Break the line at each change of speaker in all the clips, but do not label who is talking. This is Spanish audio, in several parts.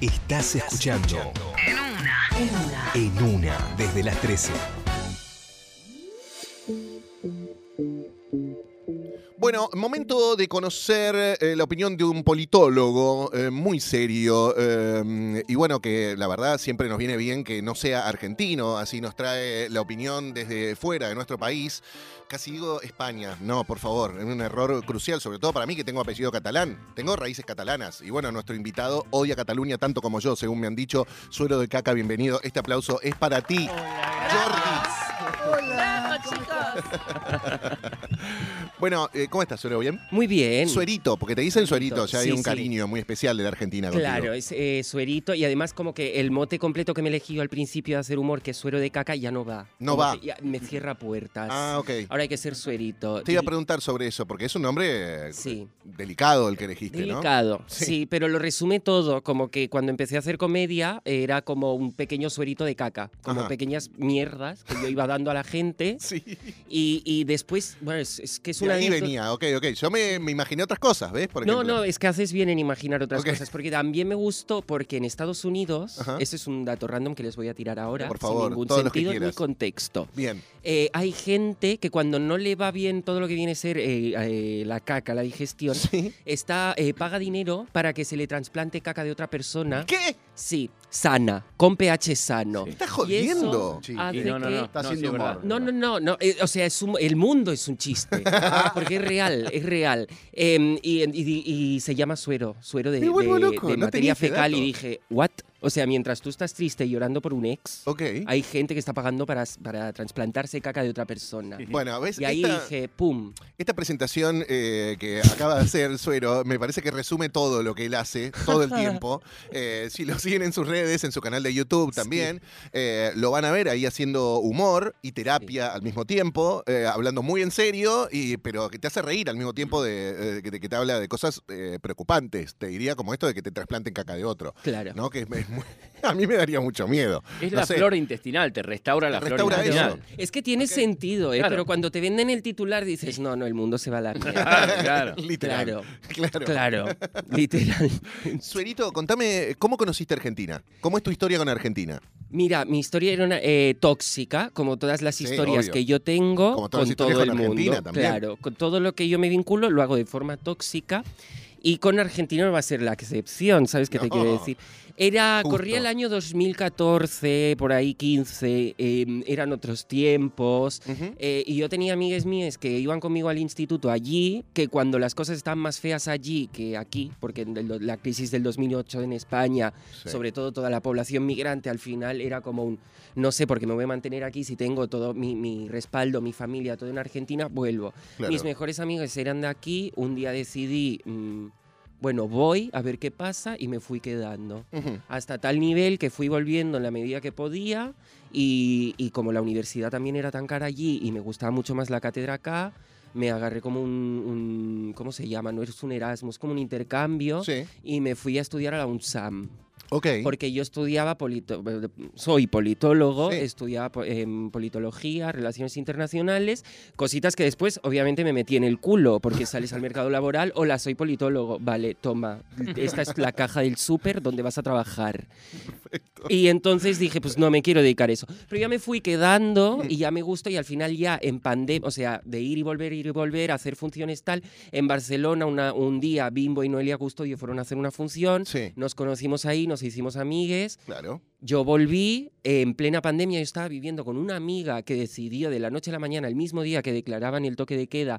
Estás escuchando
En una. En una.
En Una desde las 13.
Bueno, momento de conocer eh, la opinión de un politólogo eh, muy serio eh, y bueno, que la verdad siempre nos viene bien que no sea argentino, así nos trae la opinión desde fuera de nuestro país. Casi digo España, no, por favor, es un error crucial, sobre todo para mí que tengo apellido catalán, tengo raíces catalanas y bueno, nuestro invitado odia Cataluña tanto como yo, según me han dicho, suelo de caca, bienvenido, este aplauso es para ti, Jordi.
Bravo, chicos.
Bueno, eh, ¿cómo estás, Suero? ¿Bien?
Muy bien.
Suerito, porque te dicen suerito,
Suerito,
ya hay
sí,
un
sí.
cariño muy especial de la Argentina. contigo.
Claro, es eh, suerito y además como que el mote completo que me elegí yo al principio de hacer humor, que es suero de caca, ya no va.
No
Como
va.
que ya me cierra puertas.
Ah, ok.
Ahora hay que ser suerito.
Te iba a preguntar sobre eso, porque es un nombre eh,
Sí.
delicado el que elegiste, ¿no?
Delicado, sí. pero lo resume todo, como que cuando empecé a hacer comedia era como un pequeño suerito de caca, como
Ajá.
pequeñas mierdas que yo iba dando a la gente
Sí.
y, y después, bueno, es, es que es
Y
una...
ahí
anécdota-
venía, ok, ok. Yo me, me imaginé otras cosas, ¿ves? Por
No,
ejemplo.
no, es que haces bien en imaginar otras
Ok.
cosas, porque también me gustó porque en Estados Unidos,
Ajá.
ese es un dato random que les voy a tirar ahora,
Por favor,
sin ningún
todos los que
sentido ni
quieras.
contexto.
Bien.
Eh, hay gente que cuando no le va bien todo lo que viene a ser eh, eh, la caca, la digestión,
Sí.
está eh, paga dinero para que se le trasplante caca de otra persona.
¿Qué?
Sí, sana, con pH sano.
Sí.
¿Estás
Y eso
jodiendo?
Sí,
hace
no, no,
Ah, que-
no.
Está
no,
haciendo
sí, es
humor.
verdad.
no, no, no, no. eh, o sea, es un- el mundo es un chiste. porque es real, es real. Em, y, y- y se llama suero, suero de,
Me vuelvo
de-
loco,
de
no tenía
materia
ese
fecal. Y
dato.
dije, ¿what? O sea, mientras tú estás triste y llorando por un ex,
Ok.
hay gente que está pagando para, para trasplantarse caca de otra persona.
Bueno, ¿ves?
Y ahí
Esta-
dije, ¡pum!
Esta presentación eh, que acaba de hacer Suero me parece que resume todo lo que él hace todo el tiempo. Eh, si lo siguen en sus redes, en su canal de YouTube también, eh, lo van a ver ahí haciendo humor y terapia al mismo tiempo, eh, hablando muy en serio, y, pero que te hace reír al mismo tiempo de, eh, que, te- que te habla de cosas eh, preocupantes. Te diría como esto de que te trasplanten caca de otro.
Claro.
¿no? Que es- es muy- a mí me daría mucho miedo.
Es
No
la
sé.
flora intestinal, te restaura la
restaura
flora
eso.
intestinal.
Es que tiene sentido, ¿eh?
Claro.
Pero cuando te venden el titular dices, no, no, el mundo se va a la mierda.
Claro, claro.
Literal.
Claro,
Claro.
claro, literal.
Suerito, contame, ¿cómo conociste Argentina? ¿Cómo es tu historia con Argentina?
Mira, mi historia era una, eh, tóxica, como todas las
Sí,
historias
obvio.
que yo tengo
Como todas las
con
historias
todo
con
el
Argentina
mundo.
también.
Claro, con todo lo que yo me vinculo lo hago de forma tóxica. Y con Argentina no va a ser la excepción, ¿sabes qué te
No.
quiero decir? Era,
Justo.
corría el año 2014, por ahí 15, eh, eran otros tiempos. Eh, y yo tenía amigues mías que iban conmigo al instituto allí, que cuando las cosas estaban más feas allí que aquí, porque en el- la crisis del 2008 en España,
Sí.
sobre todo toda la población migrante, al final era como un, no sé, porque me voy a mantener aquí, si tengo todo mi, mi respaldo, mi familia, todo en Argentina, vuelvo.
Claro.
Mis mejores amigos eran de aquí, un día decidí, mm, bueno, voy a ver qué pasa y me fui quedando
Ujú.
hasta tal nivel que fui volviendo en la medida que podía y, y como la universidad también era tan cara allí y me gustaba mucho más la cátedra acá, me agarré como un, un- ¿cómo se llama? No es un Erasmus, como un intercambio
Sí.
y me fui a estudiar a la UNSAM
Ok.
porque yo estudiaba, polito- eh, soy politólogo,
Sí.
estudiaba po- em, politología, relaciones internacionales, cositas que después obviamente me metí en el culo porque sales al mercado laboral, hola, soy politólogo, vale, toma, esta es la caja del súper donde vas a trabajar. Y entonces dije, pues no me quiero dedicar a eso. Pero ya me fui quedando y ya me gustó y al final ya en pandemia, o sea, de ir y volver, ir y volver, hacer funciones tal, en Barcelona una- un día Bimbo y Noelia Custodio fueron a hacer una función,
Sí.
nos conocimos ahí, nos hicimos amigues.
Claro.
Yo volví eh, en plena pandemia, yo estaba viviendo con una amiga que decidió de la noche a la mañana, el mismo día que declaraban el toque de queda,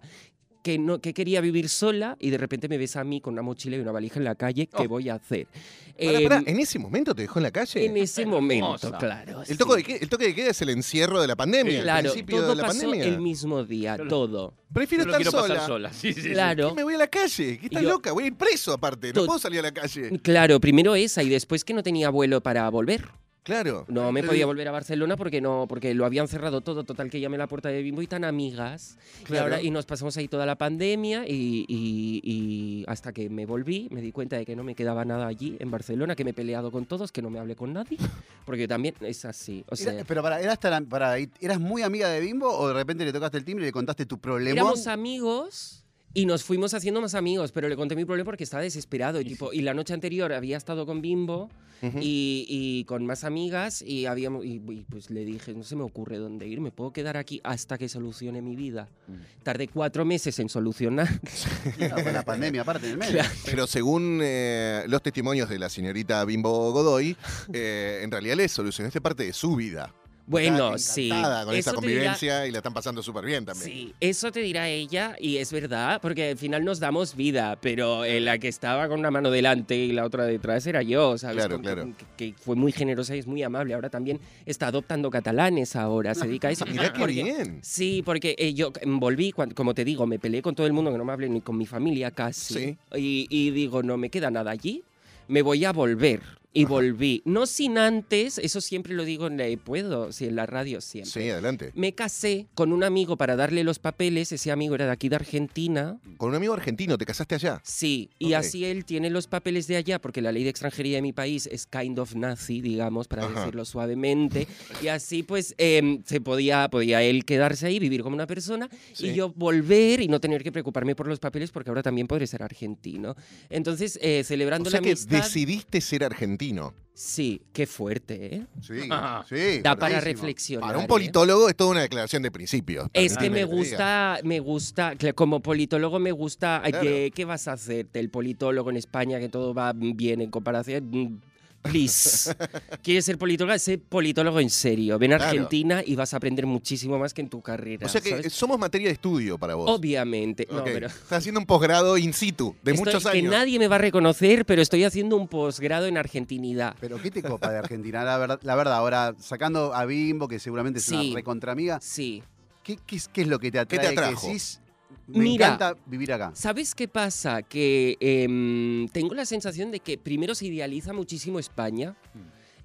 que, no, que quería vivir sola y de repente me ves a mí con una mochila y una valija en la calle, ¿qué voy a hacer?
Oh. Pará,
Em,
pará, eh, ¿En ese momento te dejó en la calle?
en ese momento,
Hermosa.
claro.
el, toque
sí.
de queda, el toque de queda es el encierro de la pandemia, el
Claro,
principio
todo
de la
pasó
pandemia.
el mismo día,
Yo lo-
todo.
Prefiero
Yo no
estar
quiero
sola.
pasar sola. Sí, sí, sí.
Claro.
Me voy a la calle. ¿Qué estás
yo-
loca? Voy a ir preso aparte. No
Tot-
puedo salir a la calle.
Claro, primero esa y después que no tenía vuelo para volver.
Claro.
No me
Pero-
podía volver a Barcelona porque no, porque lo habían cerrado todo, total que llamé a la puerta de Bimbo y tan amigas. Y
Claro.
ahora y nos pasamos ahí toda la pandemia y, y- y hasta que me volví me di cuenta de que no me quedaba nada allí en Barcelona, que me he peleado con todos, que no me hablé con nadie, porque también es así. O sea,
Era- pero para, ¿eras, tan- para- ¿eras muy amiga de Bimbo o de repente le tocaste el timbre y le contaste tu problema?
éramos amigos Y nos fuimos haciendo más amigos, pero le conté mi problema porque estaba desesperado. Y, tipo, y la noche anterior había estado con Bimbo
Ujú.
y, y con más amigas y, habíamos, y, y, pues le dije, no se me ocurre dónde ir, me puedo quedar aquí hasta que solucione mi vida.
Mm.
Tardé cuatro meses en solucionar.
Ah, fue la pandemia aparte en el medio.
Pero según eh, los testimonios de la señorita Bimbo Godoy, eh, en realidad le solucionaste parte de su vida.
Bueno,
Está
sí.
encantada con esa
eso te dirá-
convivencia y la están pasando súper bien también.
Sí, eso te dirá ella y es verdad, porque al final nos damos vida, pero eh, la que estaba con una mano delante y la otra detrás era yo, ¿sabes?
Claro,
Con-
claro.
con- Que, que fue muy generosa y es muy amable. Ahora también está adoptando catalanes ahora, se dedica a eso.
Mirá qué
Porque-
bien.
Sí, porque eh, yo volví, cuan- como te digo, me peleé con todo el mundo, que no me hablé ni con mi familia casi.
Sí.
Y, y digo, no me queda nada allí, me voy a volver. Y volví. No sin antes, eso siempre lo digo en la puedo, sí, en la radio siempre.
Sí, adelante.
Me casé con un amigo para darle los papeles, ese amigo era de aquí de Argentina.
Con un amigo argentino, ¿te casaste allá?
Sí, y
Ok.
así él tiene los papeles de allá, porque la ley de extranjería de mi país es kind of nazi, digamos, para
Ajá.
decirlo suavemente. Y así, pues, em, se podía, podía él quedarse ahí, vivir como una persona,
Sí.
y yo volver y no tener que preocuparme por los papeles, porque ahora también podré ser argentino. Entonces, eh,
O
celebrando
sea
la
que
amistad...
decidiste ser argentino.
Sí, qué fuerte, ¿eh?
Sí,
Ah,
sí.
Da para
fuertísimo.
reflexionar.
Para un
¿eh?
politólogo es toda una declaración de principios.
Es que
Permíteme
me
te diga.
gusta, me gusta, cla- como politólogo me gusta, ay,
Claro.
¿qué, qué vas a hacerte? El politólogo en España que todo va bien en comparación. mm, Please. ¿Quieres ser politólogo? Sé politólogo en serio. Ven a
Claro.
Argentina y vas a aprender muchísimo más que en tu carrera.
O sea que
¿sabes?
somos materia de estudio para vos.
Obviamente. No,
Ok.
pero
Estás haciendo un posgrado in situ de
estoy-
muchos
Que
años.
nadie me va a reconocer, pero estoy haciendo un posgrado en argentinidad.
Pero ¿qué te copa de Argentina? La verdad, la verdad, ahora samiendo a Bimbo, que seguramente es
Sí.
una recontramiga,
Sí.
¿qué, qué, es- qué es lo que te atrae?
te
que
atrajo?
decís, me
Mira.
encanta vivir acá.
¿Sabes qué pasa? Que em, tengo la sensación de que primero se idealiza muchísimo España,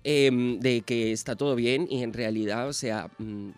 em, de que está todo bien y en realidad, o sea, mm,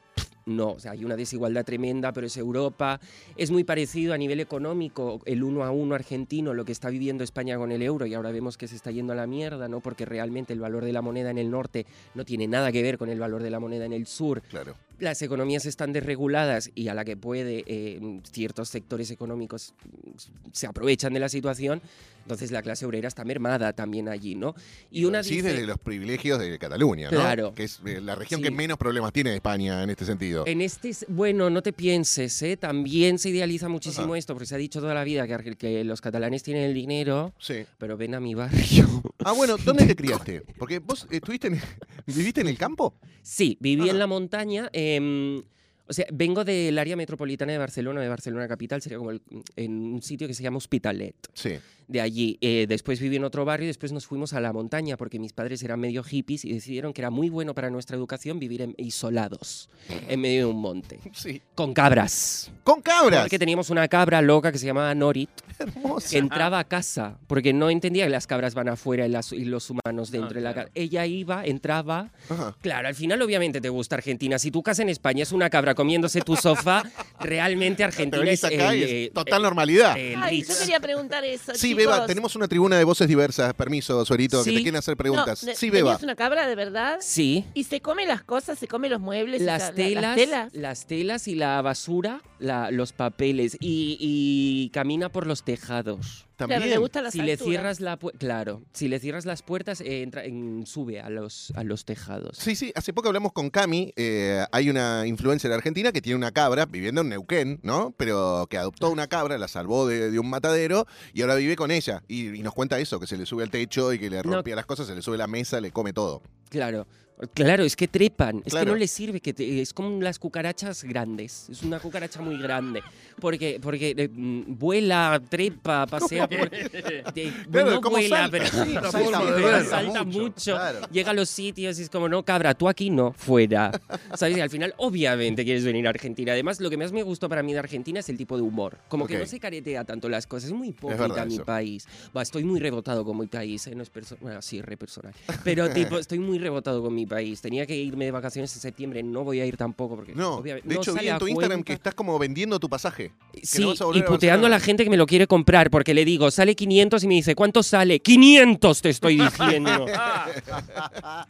no, o sea, hay una desigualdad tremenda, pero es Europa, es muy parecido a nivel económico el uno a uno argentino, lo que está viviendo España con el euro y ahora vemos que se está yendo a la mierda, ¿no? Porque realmente el valor de la moneda en el norte no tiene nada que ver con el valor de la moneda en el sur
Claro.
las economías están desreguladas y a la que puede eh, ciertos sectores económicos mm, se aprovechan de la situación, entonces la clase obrera está mermada también allí, ¿no? Y una
sí,
dice-
desde los privilegios de Cataluña, ¿no?
Claro.
Que es eh, la región
Sí.
que menos problemas tiene de España en este sentido.
En este, es- bueno, no te pienses, ¿eh? también se idealiza muchísimo esto, porque se ha dicho toda la vida que, arge- que los catalanes tienen el dinero,
Sí.
pero ven a mi barrio.
Ah, bueno, ¿dónde te criaste? Porque vos estuviste en- viviste en el campo.
Sí, viví
Ah.
en la montaña. em, o sea, vengo del área metropolitana de Barcelona, de Barcelona capital, sería como el- mm, en un sitio que se llama Hospitalet.
Sí.
de allí. Eh, después viví en otro barrio y después nos fuimos a la montaña porque mis padres eran medio hippies y decidieron que era muy bueno para nuestra educación vivir en- isolados, en medio de un monte,
Sí.
con cabras.
Con cabras.
Porque teníamos una cabra loca que se llamaba Norit,
Hermosa.
que entraba a casa porque no entendía que las cabras van afuera y, las- y los humanos
Ah,
dentro de la
claro.
casa. Ella iba, entraba.
Ajá.
Claro, al final obviamente te gusta Argentina. Si tu casa en España es una cabra comiéndose tu sofá, realmente
Te
Argentina
venís
es
acá y
el,
es
eh,
total normalidad.
el
Ay, yo
Ritz.
quería preguntar eso.
Sí,
chicos.
Beba, tenemos una tribuna de voces diversas. Permiso, Suerito, que
Sí.
te quieren hacer
No,
preguntas.
de-
sí, Beba.
¿tenías una cabra de verdad?
Sí.
¿Y se come las cosas? ¿Se come los muebles?
las,
esa- la-
telas,
las telas?
las telas y la basura, la- los papeles y, y camina por los tejados.
Claro, le
También.
gustan las
si le
alturas.
cierras la pu- claro, si le cierras las puertas eh, entra, en- sube a los a los tejados.
Sí, sí, hace poco hablamos con Cami, eh, hay una influencer argentina que tiene una cabra viviendo en Neuquén, ¿no? Pero que adoptó una cabra, la salvó de, de un matadero y ahora vive con ella. Y, y nos cuenta eso, que se le sube al techo y que le
No.
rompía las cosas, se le sube la mesa, le come todo.
Claro. Claro, es que trepan, es que
Claro.
no les sirve, que te- es como las cucarachas grandes, es una cucaracha muy grande, porque, porque eh, mm, vuela, trepa, pasea por... eh,
Claro,
no
¿cómo
vuela,
salta?
pero
Sí,
no,
salta
porque
muy bien,
salta
mucho,
mucho,
claro.
llega a los sitios y es como, no, cabra, tú aquí no, fuera. ¿Sabes? Y al final, obviamente, quieres venir a Argentina. Además, lo que más me gustó para mí de Argentina es el tipo de humor, como
Ok.
que no se caretea tanto las cosas, es muy hipócrita
verdad
mi
eso.
país. Va, estoy muy rebotado con mi país, eh, no es persona, bueno, sí, re personal. Pero tipo, estoy muy rebotado con mi país. Tenía que irme de vacaciones en septiembre. No voy a ir tampoco porque.
No, de
obviamente,
hecho vi
sale
en
a
tu Instagram que
cuenta.
estás como vendiendo tu pasaje.
Sí,
no vas a
y
volver a
puteando
Barcelona.
a la gente que me lo quiere comprar porque le digo, sale 500 y me dice, ¿cuánto sale? ¡500 te estoy diciendo!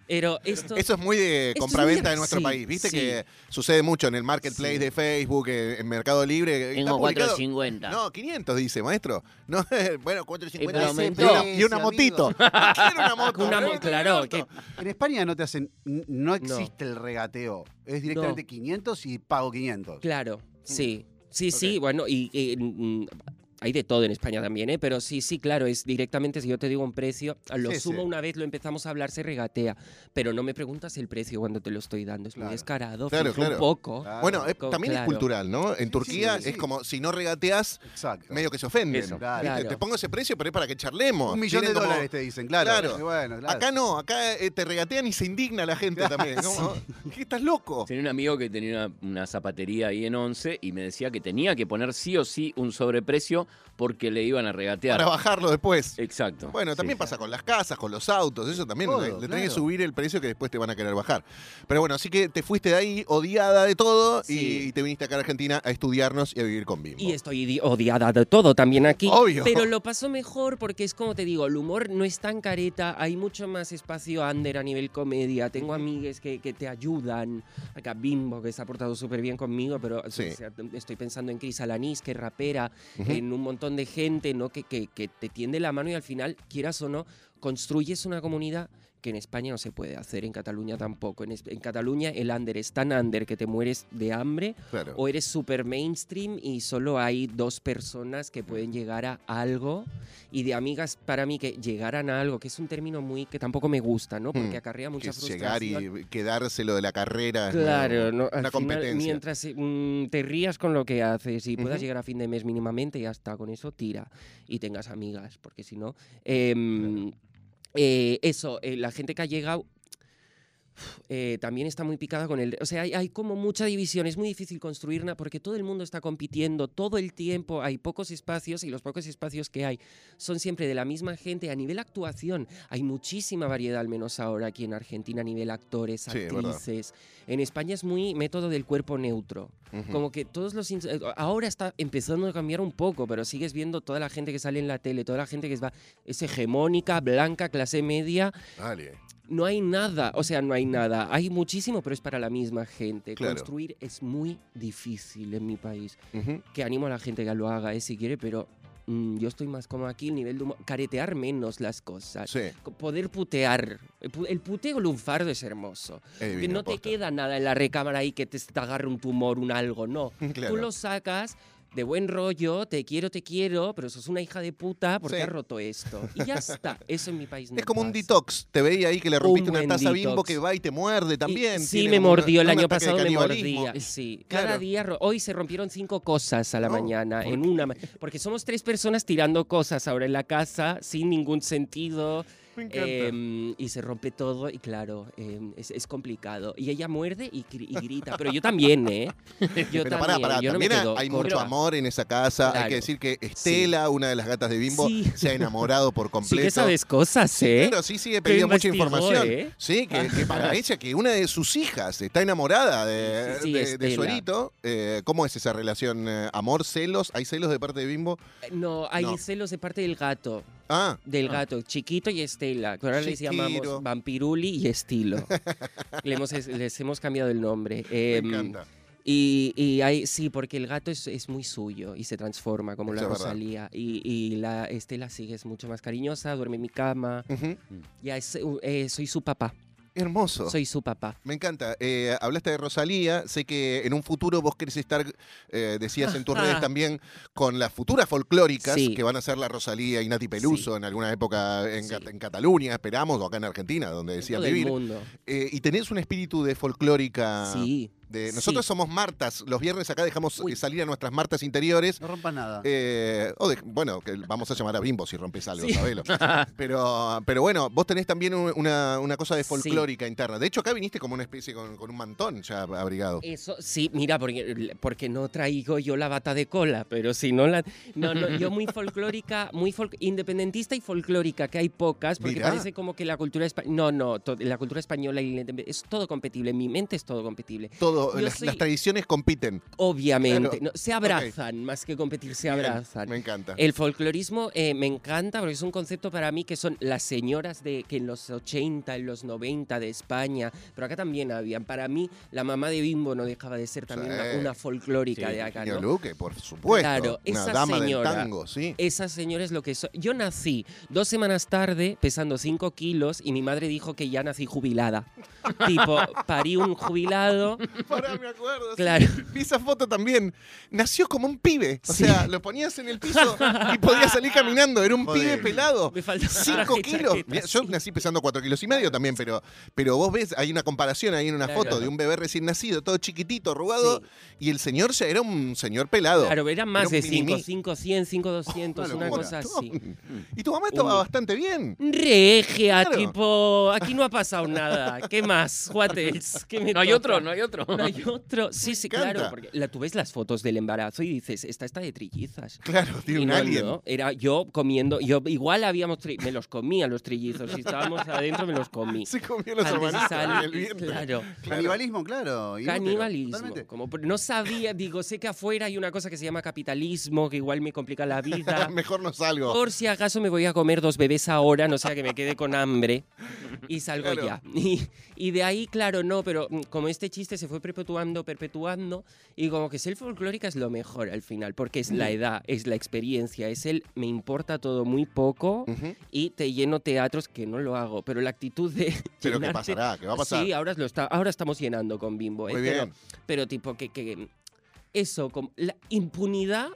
Pero esto.
Eso es muy de
es
compraventa
muy de-
de nuestro
sí,
país. Viste
sí.
que sucede mucho en el marketplace de Facebook, eh, en, en Mercado Libre. Está
Tengo
publicado-
450.
No, 500 dice, maestro. No, bueno, 450.
Y pero
dice,
aumentó.
pero- y una
Amigo.
motito. Quiero una moto.
Una mo-
Quiero
claro,
moto.
que-
En España no te hacen, n- no existe el regateo. Es directamente 500 y pago 500.
Claro, sí. Sí, sí, bueno, y, y, mm, hay de todo en España también, ¿eh? Pero sí, sí, claro, es directamente, si yo te digo un precio, lo
Sí,
sumo
sí.
una vez, lo empezamos a hablar, se regatea, pero no me preguntas el precio cuando te lo estoy dando, es
Claro.
muy descarado,
Claro,
finge un
claro.
poco.
Claro,
Bueno, es-
Co-
también es
claro.
cultural, ¿no? En Turquía
sí, sí.
es como si no regateas,
Exacto.
medio que se ofenden.
Eso.
Viste,
Claro.
Te pongo ese precio, pero es para que charlemos.
Un millón de
Tienen como-
dólares te dicen, claro.
Claro.
Y bueno, claro.
Acá no, acá eh, te regatean y se indigna la gente también. ¿no? ¿Qué estás loco?
Tenía un amigo que tenía una, una zapatería ahí en 11 y me decía que tenía que poner sí o sí un sobreprecio porque le iban a regatear.
Para bajarlo después.
Exacto.
Bueno, también
Sí.
pasa con las casas, con los autos, eso también.
Todo,
le le tenés que
claro.
subir el precio que después te van a querer bajar. Pero bueno, así que te fuiste de ahí odiada de todo
Sí.
y te viniste acá a Argentina a estudiarnos y a vivir con Bimbo.
Y estoy di- odiada de todo también aquí.
Oh,
Obvio.
Pero lo paso mejor porque es como te digo, el humor no es tan careta, hay mucho más espacio under a nivel comedia. Tengo amigues que, que te ayudan. Acá Bimbo, que se ha portado súper bien conmigo, pero o
Sí.
sea, estoy pensando en Cris Alanis, que es rapera,
Ujú.
en un montón de gente, ¿no? Que, que- que te tiende la mano y al final, quieras o no, construyes una comunidad que en España no se puede hacer, en Cataluña tampoco. En, es- en Cataluña el under es tan under que te mueres de hambre
Claro.
o eres super mainstream y solo hay dos personas que pueden llegar a algo y de amigas para mí que llegaran a algo, que es un término muy que tampoco me gusta, ¿no? Porque
Hmm,
acarrea
Que
mucha
es llegar
frustración.
y quedarse lo de la carrera. es
Claro,
medio
no, al
una
final,
competencia.
mientras eh, mm, te rías con lo que haces y puedas
Ujú.
llegar a fin de mes mínimamente y hasta con eso tira y tengas amigas, porque si no... em, eh, eso, eh, la gente que ha llegado eh, también está muy picada con el... O sea, hay, hay como mucha división, es muy difícil construir una porque todo el mundo está compitiendo todo el tiempo, hay pocos espacios y los pocos espacios que hay son siempre de la misma gente. A nivel actuación hay muchísima variedad, al menos ahora aquí en Argentina, a nivel actores,
Sí, es verdad.
actrices. en España es muy método del cuerpo neutro.
Ujú.
Como que todos los. ins- eh, Ahora está empezando a cambiar un poco, pero sigues viendo toda la gente que sale en la tele, toda la gente que va, es hegemónica, blanca, clase media.
Dale.
No hay nada, o sea, no hay nada. Hay muchísimo, pero es para la misma gente.
Claro.
Construir es muy difícil en mi país.
Ujú.
Que animo a la gente que lo haga, eh, si quiere, pero mm, yo estoy más cómodo aquí, el nivel de humor. Caretear menos las cosas.
Sí, es
Co- Poder putear. El pu- El puteo lunfardo es hermoso. Que
divino,
no te
posta.
queda nada en la recámara ahí que te, te agarre un tumor, un algo, no.
Claro.
Tú lo sacas de buen rollo, te quiero, te quiero, pero sos una hija de puta porque
Sí.
has roto esto. Y ya está. Eso en mi país no
Es como un
pasa.
detox. Te veía ahí que le rompiste
Un
una
buen
taza bimbo
detox.
que va y te muerde también.
Y- sí,
Tiene
me
como una-
mordió. El
un
año
ataque de
pasado me
canibalismo.
mordía. Sí.
Claro.
Cada día. ro- Hoy se rompieron cinco cosas a la
No,
mañana.
¿por
En una. ma- Porque somos tres personas tirando cosas ahora en la casa sin ningún sentido.
Me
em, y se rompe todo. Y claro, em, es, es complicado. Y ella muerde y, gri- y grita. Pero yo también, ¿eh? Yo
Pero pará, pará,
yo no me
también hay-
quedo
hay mucho
corta.
amor en esa casa. Hay que
Claro.
decir que Estela, una de las gatas de Bimbo,
Sí.
se ha enamorado por
Sí
completo.
que sabes cosas, ¿eh?
Claro, sí, sí, he pedido mucha
investigó,
información.
¿eh?
Sí, que, que para ella, que una de sus hijas está enamorada de,
Sí, sí,
de- de su
Estela.
erito. Eh, ¿Cómo es esa relación? eh, ¿Amor, celos? ¿Hay celos de parte de Bimbo?
Eh, No, hay
No.
celos de parte del gato.
Ah,
Del gato, chiquito y Estela. que Ahora les
Chiquiro.
llamamos Vampiruli y Estilo. Le hemos- es- les hemos cambiado el nombre. Em,
me encanta.
Y, y hay, sí, porque el gato es, es muy suyo y se transforma como
Eso
la
es verdad.
Rosalía. Y, y la Estela sigue, es mucho más cariñosa, duerme en mi cama.
Ujú.
Ya es, eh, soy su papá.
Hermoso.
Soy su papá.
Me encanta. Eh, hablaste de Rosalía. Sé que en un futuro vos querés estar, eh, decías en tus redes también, con las futuras folclóricas
Sí.
que van a ser la Rosalía y Nati Peluso en alguna época en,
Sí.
Cat- en Cataluña, esperamos, o acá en Argentina, donde decías
Todo el
vivir.
mundo.
Eh, y tenés un espíritu de folclórica
Sí.
de-
Sí.
nosotros somos martas. Los viernes acá dejamos eh, salir a nuestras martas interiores.
No rompas nada.
Eh, o de- bueno, que vamos a llamar a Bimbo si rompes algo,
Sí.
sabelo. Pero, pero bueno, vos tenés también un- una, una cosa de
Sí.
folclórica interna. De hecho, acá viniste como una especie con, con un mantón ya abrigado.
Eso, sí, mira, porque, porque no traigo yo la bata de cola, pero si no la... No, no, yo muy folclórica, muy fol- independentista y folclórica, que hay pocas, porque
Mirá.
parece como que la cultura española... No, no, to- la cultura española y la independ- es todo competible, en mi mente es todo competible.
Todo,
Yo
las,
soy-
las tradiciones compiten.
Obviamente,
Claro.
no, se abrazan, más que competir, se abrazan.
Me encanta.
El folclorismo eh, me encanta porque es un concepto para mí que son las señoras de que en los 80, en los 90 de España, pero acá también habían. Para mí, la mamá de Bimbo no dejaba de ser también una,
Sí.
una folclórica
Sí,
de acá,
Genio
¿no?
Luque, por supuesto.
Claro,
una
esa
dama
señora- Eh,
del tango, sí.
Esa señora es lo que soy. Yo nací dos semanas tarde, pesando 5 kilos, y mi madre dijo que ya nací jubilada. tipo, parí un jubilado.
Pará, me acuerdo. sí.
Claro.
Vi esa foto también. Nació como un pibe. O sea, lo ponías en el piso y podía salir caminando. Era un
Joder.
pibe pelado.
Me faltó
5 kilos. Mirá, Yo nací pesando 4 kilos y medio también, pero, pero vos ves, hay una comparación ahí en una
Claro.
foto de un bebé recién nacido, todo chiquitito, arrugado, y el señor ya era un señor pelado.
Claro, eran más
Era
de
un
5,
mini-mí.
5, 100, 5, 200,
Ah,
Una
una
locura.
cosa así.
Y tu mamá estaba
Uy.
bastante bien.
Regia,
Claro.
tipo, aquí no ha pasado nada. ¿Qué más, Juates? ¿Qué me
No hay
toca?
otro, no hay otro.
No hay otro. Sí, sí,
encanta.
claro. Porque la, tú ves las fotos del embarazo y dices, esta está de trillizas.
Claro, tiene
Y
un
no,
alien.
no, era yo comiendo, yo igual habíamos, tri- me los comía los trillizos, si estábamos adentro me los comí.
Se comió los
Antes de
hermanitos
salir,
en el vientre.
claro.
Canibalismo, claro. inútero,
Canibalismo.
totalmente.
Como, por- no sabía, digo, sé que afuera hay una cosa que se llama capitalismo, que igual me complica la vida.
Mejor no salgo.
Por si acaso me voy a comer dos bebés ahora, no sea que me quede con hambre y salgo
Claro.
ya. Y, y de ahí, claro, no, pero mm, como este chiste se fue perpetuando, perpetuando, y como que ser folclórica es lo mejor al final, porque es la edad, es la experiencia, es el me importa todo muy poco
Ujú.
y te lleno teatros que no lo hago, pero la actitud de...
Pero ¿qué
llenarte-
pasará? ¿Qué va a pasar?
Sí, ahora, lo está, ahora estamos llenando con bimbo. ¿eh?
Muy
Pero-
bien.
pero tipo que, que- eso, como la impunidad,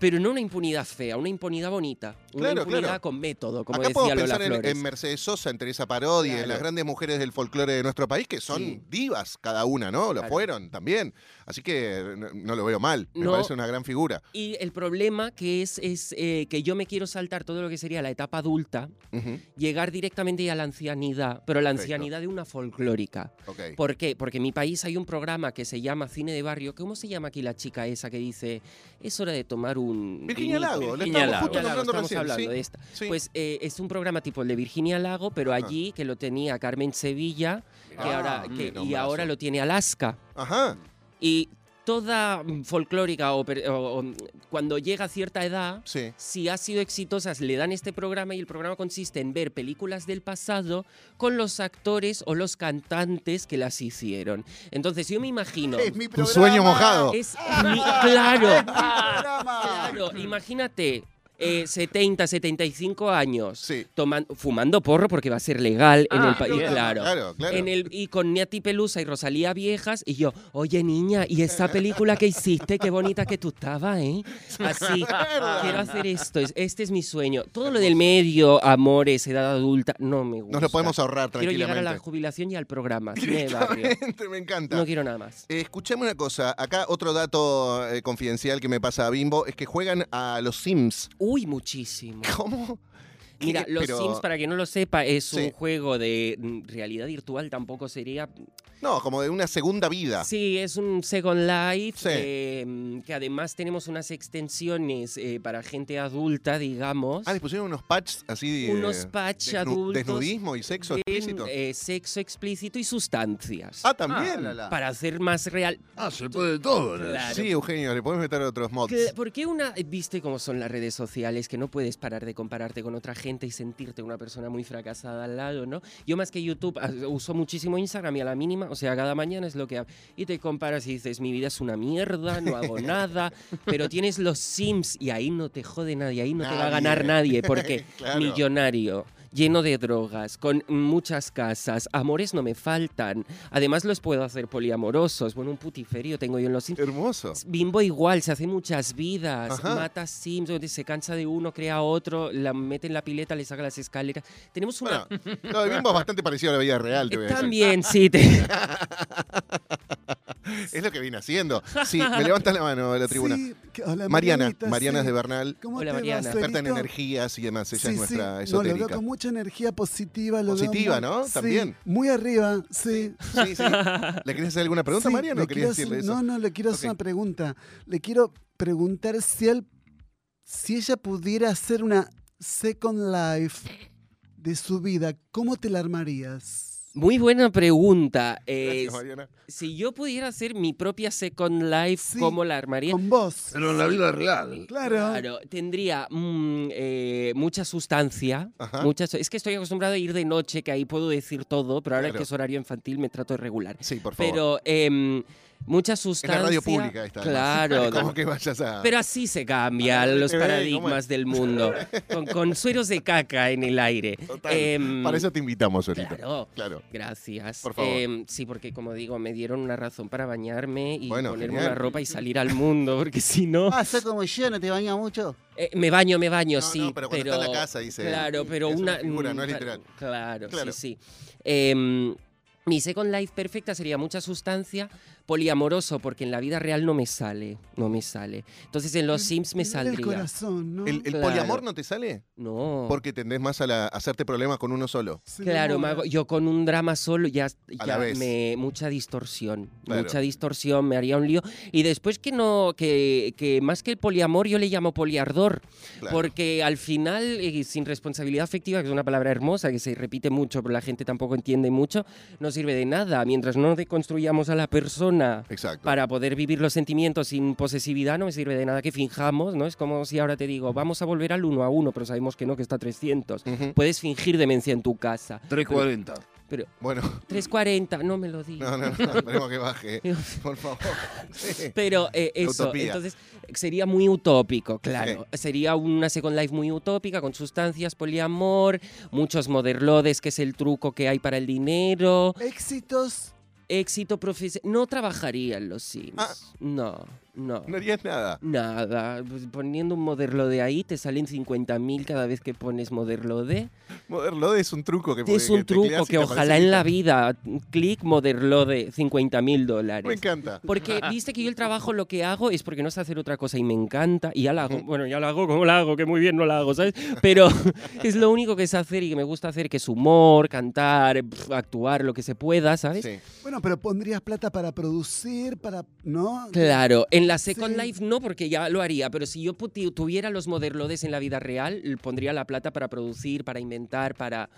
pero no una impunidad fea, una impunidad bonita, una
Claro,
impunidad
claro.
con método, como
Acá
decía
podemos
Lola
pensar en,
Flores.
en Mercedes Sosa, en Teresa Parodi, en
Claro.
las grandes mujeres del folclore de nuestro país, que son
Sí.
divas cada una, ¿no? Lo
Claro.
fueron también. Así que no, no lo veo mal. Me
No.
parece una gran figura.
y el problema que es es eh, que yo me quiero saltar todo lo que sería la etapa adulta,
Ujú,
llegar directamente a la ancianidad, pero la
Perfecto.
ancianidad de una folclórica.
ok.
¿Por qué? Porque en mi país hay un programa que se llama Cine de Barrio. ¿Cómo se llama aquí la chica esa que dice, es hora de tomar un...
Virginia
vinito"?
Lago, le
Virginia
estamos
Lago.
justo
Lago,
nombrando
estamos
recién.
hablando
sí,
de esta.
sí.
Pues eh, es un programa tipo el de Virginia Lago, pero allí que lo tenía Carmen Sevilla que
Ah,
ahora,
mm,
que- y
nombrazo.
ahora lo tiene Alaska.
Ajá.
Y toda mm, folclórica o, per- o- o, mm, cuando llega a cierta edad,
Sí.
si ha sido exitosas, le dan este programa y el programa consiste en ver películas del pasado con los actores o los cantantes que las hicieron. Entonces yo me imagino...
Es mi
Tu
programa.
sueño
Ah,
mojado. Ah,
Es mi- claro,
Programa.
claro, imagínate eh, 70, 75 años
Sí.
toman- fumando porro porque va a ser legal en
Ah,
el país.
bien.
Claro.
Claro, claro.
En el, y con Niati Pelusa y Rosalía Viejas, y yo, oye niña, y esa película que hiciste, qué bonita que tú estabas, ¿eh? Así, quiero hacer esto, es- este es mi sueño. Todo lo del medio, amores, edad adulta, no me gusta.
Nos lo podemos ahorrar
Quiero llegar a
tranquilamente.
la jubilación y al programa, cine de barrio.
me encanta.
No quiero nada más.
Eh, Escuchame una cosa, acá otro dato eh, confidencial que me pasa a Bimbo es que juegan a los Sims.
Uy, muchísimo.
¿Cómo? ¿Qué?
Mira, los
Pero-
Sims, para quien no lo sepa, es
Sí.
un juego de mm, realidad virtual, tampoco sería.
No, como de una segunda vida.
Sí, es un Second Life,
Sí.
eh, mm, que además tenemos unas extensiones eh, para gente adulta, digamos.
Ah, les pusieron unos patches así de.
unos patch
desnu-
adultos.
Desnudismo y eh, sexo
de,
explícito.
eh, sexo explícito y sustancias.
ah, también.
Ah, la, la.
Para hacer más real.
Ah, se puede todo. ¿no?
Claro.
Sí, Eugenio, le podemos meter otros mods.
Cla- ¿Por qué una, viste cómo son las redes sociales, que no puedes parar de compararte con otra gente y sentirte una persona muy fracasada al lado, ¿no? Yo más que YouTube ah, uso muchísimo Instagram y a la mínima, o sea, cada mañana es lo que hago. Y te comparas y dices, mi vida es una mierda, no hago nada, pero tienes los Sims y ahí no te jode nadie, ahí no te va a
Nadie.
ganar nadie, porque
Claro.
millonario. Lleno de drogas, con muchas casas, amores no me faltan. Además los puedo hacer poliamorosos. Bueno, un putiferio tengo yo en los Sims.
Hermoso.
Bimbo igual, se hace muchas vidas,
Ajá.
mata Sims, donde se cansa de uno, crea otro, la mete en la pileta, le saca las escaleras. Tenemos una... eh,
Bueno, lo de Bimbo es bastante parecido a la vida real, te voy a decir.
También, sí. te-
Es lo que viene haciendo. Sí, me levantas la mano de la tribuna.
Sí, que- hola,
Mariana,
Marianita,
Mariana
sí.
es de Bernal.
¿Cómo
Hola,
te va,
Mariana.
Experta en
Suelito?
energías y demás. Ella
Sí,
es nuestra
sí. No, lo veo
esotérica.
con mucha energía positiva. Lo veo
Positiva,
muy-
¿no?
sí,
También.
muy arriba, sí.
Sí, sí. ¿Le querés hacer alguna pregunta,
Sí,
Mariana?
le
¿O querías
quiero
decirle
hacer-
eso?
No, no, le quiero hacer
Ok.
una pregunta. Le quiero preguntar si él, si ella pudiera hacer una Second Life de su vida, ¿cómo te la armarías?
Muy buena pregunta. Eh,
Gracias, Mariana.
si yo pudiera hacer mi propia Second Life,
Sí.
¿cómo la armaría?
Con vos.
Pero en la vida real.
Claro.
Claro, tendría mm, eh, mucha sustancia.
Ajá.
mucha su- es que estoy acostumbrado a ir de noche, que ahí puedo decir todo, pero ahora
Claro.
que es horario infantil me trato de regular.
Sí, por favor.
Pero em, mucha
en
sustancia.
la radio pública está.
Claro.
Como que vayas a.
Pero así se cambian los
Eh, ¿cómo es?
paradigmas del mundo, con, con sueros de caca en el aire.
Total.
Em,
Para eso te invitamos, Solito.
claro.
Claro.
Gracias.
Por favor.
Em, sí, porque como digo, me dieron una razón para bañarme y
Bueno,
ponerme
genial. Ah.
una ropa y salir al mundo, porque si no...
Pasa como yo, no te baña mucho.
Eh, me baño, me baño,
No,
sí.
no, pero cuando está en la casa, dice él.
Claro, pero
Es una
una.
figura, no es
mm,
literal.
Claro,
Claro.
sí, sí. Em, mi Second Life perfecta sería mucha sustancia, poliamoroso, porque en la vida real no me sale. No me sale. Entonces en los Sims me
Mira El
saldría.
corazón, ¿no?
¿El, el
Claro.
poliamor no te sale?
No.
Porque tendés más a, la- a hacerte problemas con uno solo.
Se
Claro, me
enamora.
hago- yo con un drama solo ya,
A
ya
la vez.
me mucha distorsión,
Claro.
mucha distorsión, me haría un lío. Y después que no, que, que más que el poliamor yo le llamo poliardor,
Claro.
Porque al final, eh, sin responsabilidad afectiva, que es una palabra hermosa que se repite mucho, pero la gente tampoco entiende mucho, no sirve de nada. Mientras no deconstruyamos a la persona
Exacto.
para poder vivir los sentimientos sin posesividad, no me sirve de nada que finjamos, ¿no? Es como si ahora te digo, vamos a volver al uno a uno, pero sabemos que no, que está a 300.
Ujú.
Puedes fingir demencia en tu casa.
340.
Bueno,
340, no me lo digas.
no, no, no, esperemos que baje. Por favor. Sí.
Pero eh,
La
eso,
utopía.
entonces sería muy utópico, claro. Sería una Second Life muy utópica, con sustancias, poliamor, muchos moderlodes, que es el truco que hay para el dinero,
Éxitos.
éxito profesional. No trabajaría en los Sims.
Ah.
No, no.
No harías nada.
Nada, Pues poniendo un moderlode ahí te salen 50.000 cada vez que pones moderlode.
Moderlode es un truco que
Es un
que tecleas
truco
y
que
te aparece
ojalá en la
listo.
vida, clic moderlode, 50.000
Me
dólares.
encanta.
Porque viste que yo el trabajo lo que hago es porque no sé hacer otra cosa y me encanta y ya la hago. Bueno, ya la hago como la hago, que muy bien no la hago, ¿sabes? Pero es lo único que sé hacer y que me gusta hacer, que es humor, cantar, pf, actuar, lo que se pueda, ¿sabes?
Sí.
Bueno, pero pondrías plata para producir, para. ¿No?
Claro, en la Second
Sí.
Life no, porque ya lo haría, pero si yo puti- tuviera los modelodes en la vida real, l- pondría la plata para producir, para inventar, para...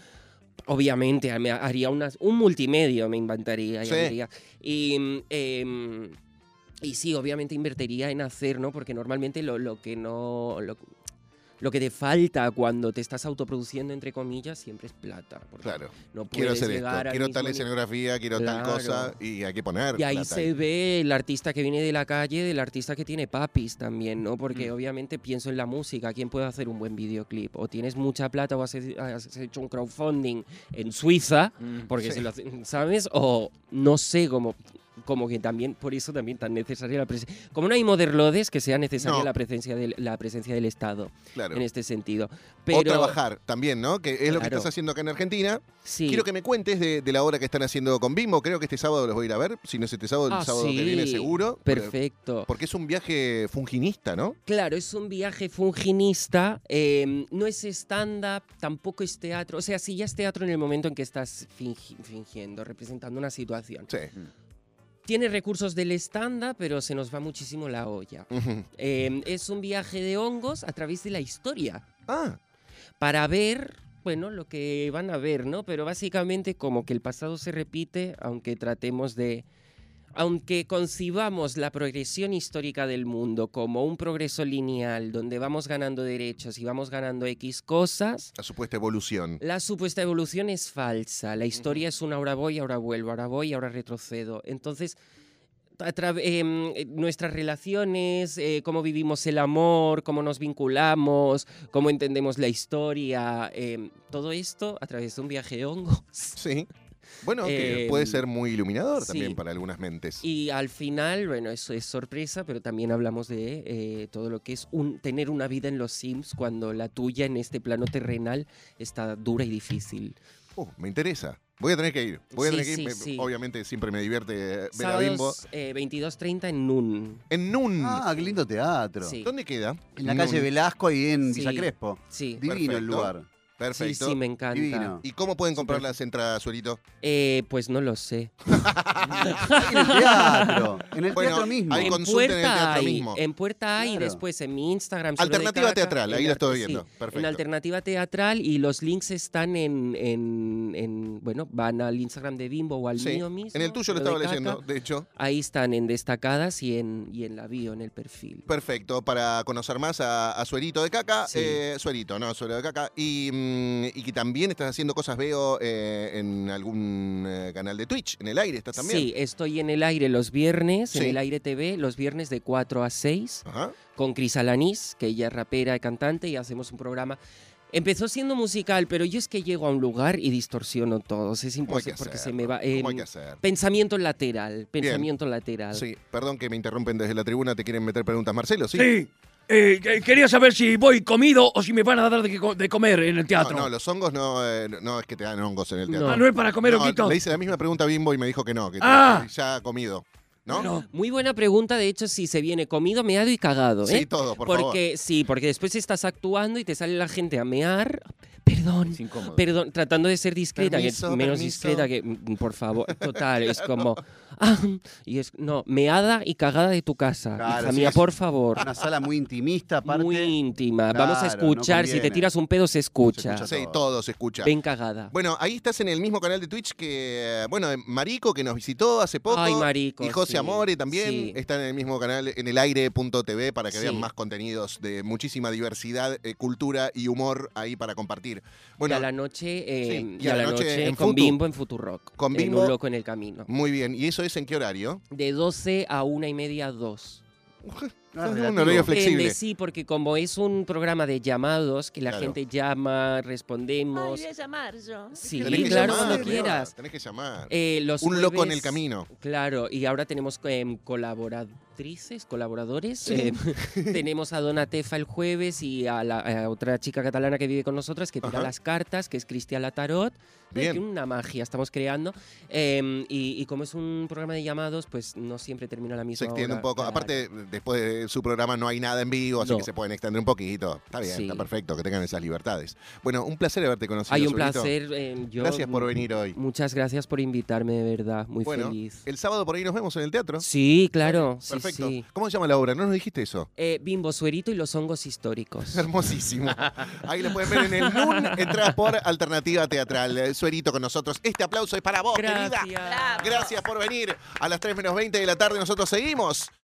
Obviamente, me haría unas, un multimedio, me inventaría. ya
Sí.
diría. Y, mm, em, y sí, obviamente invertiría en hacer, ¿no? Porque normalmente lo, lo que no... Lo, lo que te falta cuando te estás autoproduciendo, entre comillas, siempre es plata. porque
Claro.
no
Quiero
puedes
hacer esto.
llegar al
Quiero
mismo
tal
ni-
escenografía, quiero tal
Claro.
cosa. Y hay que poner.
y ahí
plata
se ve el artista que viene de la calle, del artista que tiene papis también, ¿no?
Mm.
Porque obviamente pienso en la música, ¿quién puede hacer un buen videoclip? O tienes mucha plata o has, he- has hecho un crowdfunding en Suiza,
Mm.
porque
Sí.
se lo hacen, ¿sabes? O no sé, como, como que también, por eso también tan necesaria la presencia. Como no hay moderlodes, que sea necesaria
No.
la, presencia del, la presencia del Estado
Claro.
en este sentido. Pero,
O trabajar también, ¿no? Que es lo que
Claro.
estás haciendo acá en Argentina.
Sí.
Quiero que me cuentes de, de la obra que están haciendo con Bimbo. Creo que este sábado los voy a ir a ver. Si no es este sábado, el
Ah,
sábado que viene
sí.
seguro.
Perfecto.
Porque es un viaje funginista, ¿no?
Claro, es un viaje funginista, eh, no es stand-up, tampoco es teatro. O sea, sí, ya es teatro en el momento en que estás fingi- fingiendo, representando una situación.
Sí.
Tiene recursos del stand-up, pero se nos va muchísimo la olla.
Ujú.
Eh, es un viaje de hongos a través de la historia,
Ah,
para ver, bueno, lo que van a ver, ¿no? Pero básicamente como que el pasado se repite, aunque tratemos de... Aunque concibamos la progresión histórica del mundo como un progreso lineal, donde vamos ganando derechos y vamos ganando X cosas,
la supuesta evolución.
la supuesta evolución es falsa. La historia es un ahora voy, ahora vuelvo, ahora voy, ahora retrocedo. Entonces, a tra- em, eh, nuestras relaciones, eh, cómo vivimos el amor, cómo nos vinculamos, cómo entendemos la historia, em, todo esto a través de un viaje de hongos.
Sí. Bueno, que
Eh,
puede ser muy iluminador también
sí.
para algunas mentes.
Y al final, bueno, eso es sorpresa, pero también hablamos de eh, todo lo que es un, tener una vida en los Sims cuando la tuya en este plano terrenal está dura y difícil.
Oh, me interesa. Voy a tener que ir. Voy a
Sí,
tener que ir.
sí,
Me-
sí.
Obviamente siempre me divierte eh, ver a Bimbo.
Sábados eh, 22.30 en Nun.
En Nun.
Ah, qué lindo teatro.
Sí.
¿Dónde queda?
En la
Nun.
calle Velasco y en
Sí.
Villa Crespo.
Sí.
Divino el
Perfecto.
lugar.
Sí,
Perfecto.
sí, me encanta.
Divino.
¿Y cómo pueden comprar las entradas, Suelito?
Eh, pues no lo sé.
En el teatro. En el
Bueno,
teatro mismo.
Ahí
en
consulten en el teatro
hay,
mismo.
En Puerta hay, y
Claro.
después en mi Instagram. Solo de
Alternativa
Caca,
teatral, ahí
en
lo
Ar-
estoy
sí,
viendo. Perfecto.
En Alternativa Teatral y los links están en, en- en- bueno, van al Instagram de Bimbo o al
Sí.
mío mismo.
En el tuyo lo
de
estaba
Caca.
leyendo, de hecho.
Ahí están en destacadas y en, y en la bio, en el perfil.
Perfecto, para conocer más a, a Suerito de Caca,
Sí.
eh, Suerito, no, Suero de Caca, y, mm, y que también estás haciendo cosas, veo, eh, en algún eh, canal de Twitch, en el aire estás también.
Sí, estoy en el aire los viernes, en
Sí.
el aire TV, los viernes de 4 a 6,
Ajá.
con Cris Alanís, que ella es rapera y cantante, y hacemos un programa. Empezó siendo musical, pero yo es que llego a un lugar y distorsiono todos. Es
¿Cómo hay que
imposible porque se
hacerlo?
me va.
¿Cómo hay
em,
que hacer?
Pensamiento lateral, pensamiento lateral.
Sí, perdón que me interrumpen desde la tribuna, te quieren meter preguntas, Marcelo, ¿sí?
Sí. Eh, que- quería saber si voy comido o si me van a dar de, co- de comer en el
No,
teatro.
no, los hongos no, eh, no es que te dan hongos en el teatro.
Ah, no es para comer,
No,
Oquito.
le hice la misma pregunta a Bimbo y me dijo que no, que
Ah.
ya ha comido, ¿no?
No.
Muy buena pregunta, de hecho, si se viene comido, meado y cagado,
Sí,
¿eh?
todo, por favor.
porque sí, porque después estás actuando y te sale la gente a mear. Perdón.
Es incómodo.
Perdón, tratando de ser discreta, que es
Permiso,
menos
permiso.
discreta que, mm, por favor, total, es como, ah, y es, no, meada y cagada de tu casa,
Claro,
hija
sí,
mía,
es
por favor,
Una sala muy intimista, aparte.
muy íntima, vamos a
Claro, no
escuchar, si te
conviene.
tiras un pedo se escucha,
escucha
Sí, todo se escucha.
ven cagada.
Bueno, ahí estás en el mismo canal de Twitch que, bueno, eh, Marico, que nos visitó hace poco.
Ay, marico,
Y José
sí,
Amore también Eh,
sí.
están en el mismo canal, en el aire.tv, para que
Sí.
vean más contenidos de muchísima diversidad, eh, cultura y humor ahí para compartir.
y
Bueno,
a la noche, eh,
sí,
y a la noche,
en
con
Futu.
Bimbo en Futurock,
Con
en
Bimbo-
Un Loco en el Camino,
muy bien. ¿Y eso es en qué horario?
de 12 a una y media, a 2.
No, es
Un
relativo.
horario
Depende,
flexible.
sí, porque como es un programa de llamados, que la
Claro.
gente llama,
Ay,
respondemos,
voy a llamar yo.
sí,
Tenés que
claro,
llamar,
cuando
Leona,
quieras.
Tenés que llamar.
Eh, los
Un loco en
jueves-
el camino.
Claro, y ahora tenemos em, colaboratrices, colaboradores. em, tenemos a Dona Tefa el jueves y a la a otra chica catalana que vive con nosotras que tira
Ajá.
las cartas, que es Cristiana Tarot.
Bien.
Tiene Una magia estamos creando. Em, y, y como es un programa de llamados, pues no siempre termina a la misma
Se extiende un
hora,
poco.
claro.
Aparte, después de su programa no hay nada en vivo, así
No.
que se pueden extender un poquito. Está bien,
Sí.
está perfecto, que tengan esas libertades. Bueno, un placer haberte conocido.
Hay un
Zulito.
placer. em, yo-
Gracias por venir hoy.
Muchas gracias por invitarme, de verdad. Muy
Bueno,
feliz.
El sábado por ahí nos vemos en el teatro.
Sí, claro. sí,
Perfecto.
sí.
¿Cómo se llama la obra? ¿No nos dijiste eso?
Eh, Bimbo, suerito y los hongos históricos.
Hermosísimo. Ahí lo pueden ver en el NUN, entradas por Alternativa Teatral. Eh, Suerito con nosotros. Este aplauso es para vos, querida.
Gracias.
Gracias por venir. A las 3 menos 20 de la tarde nosotros seguimos.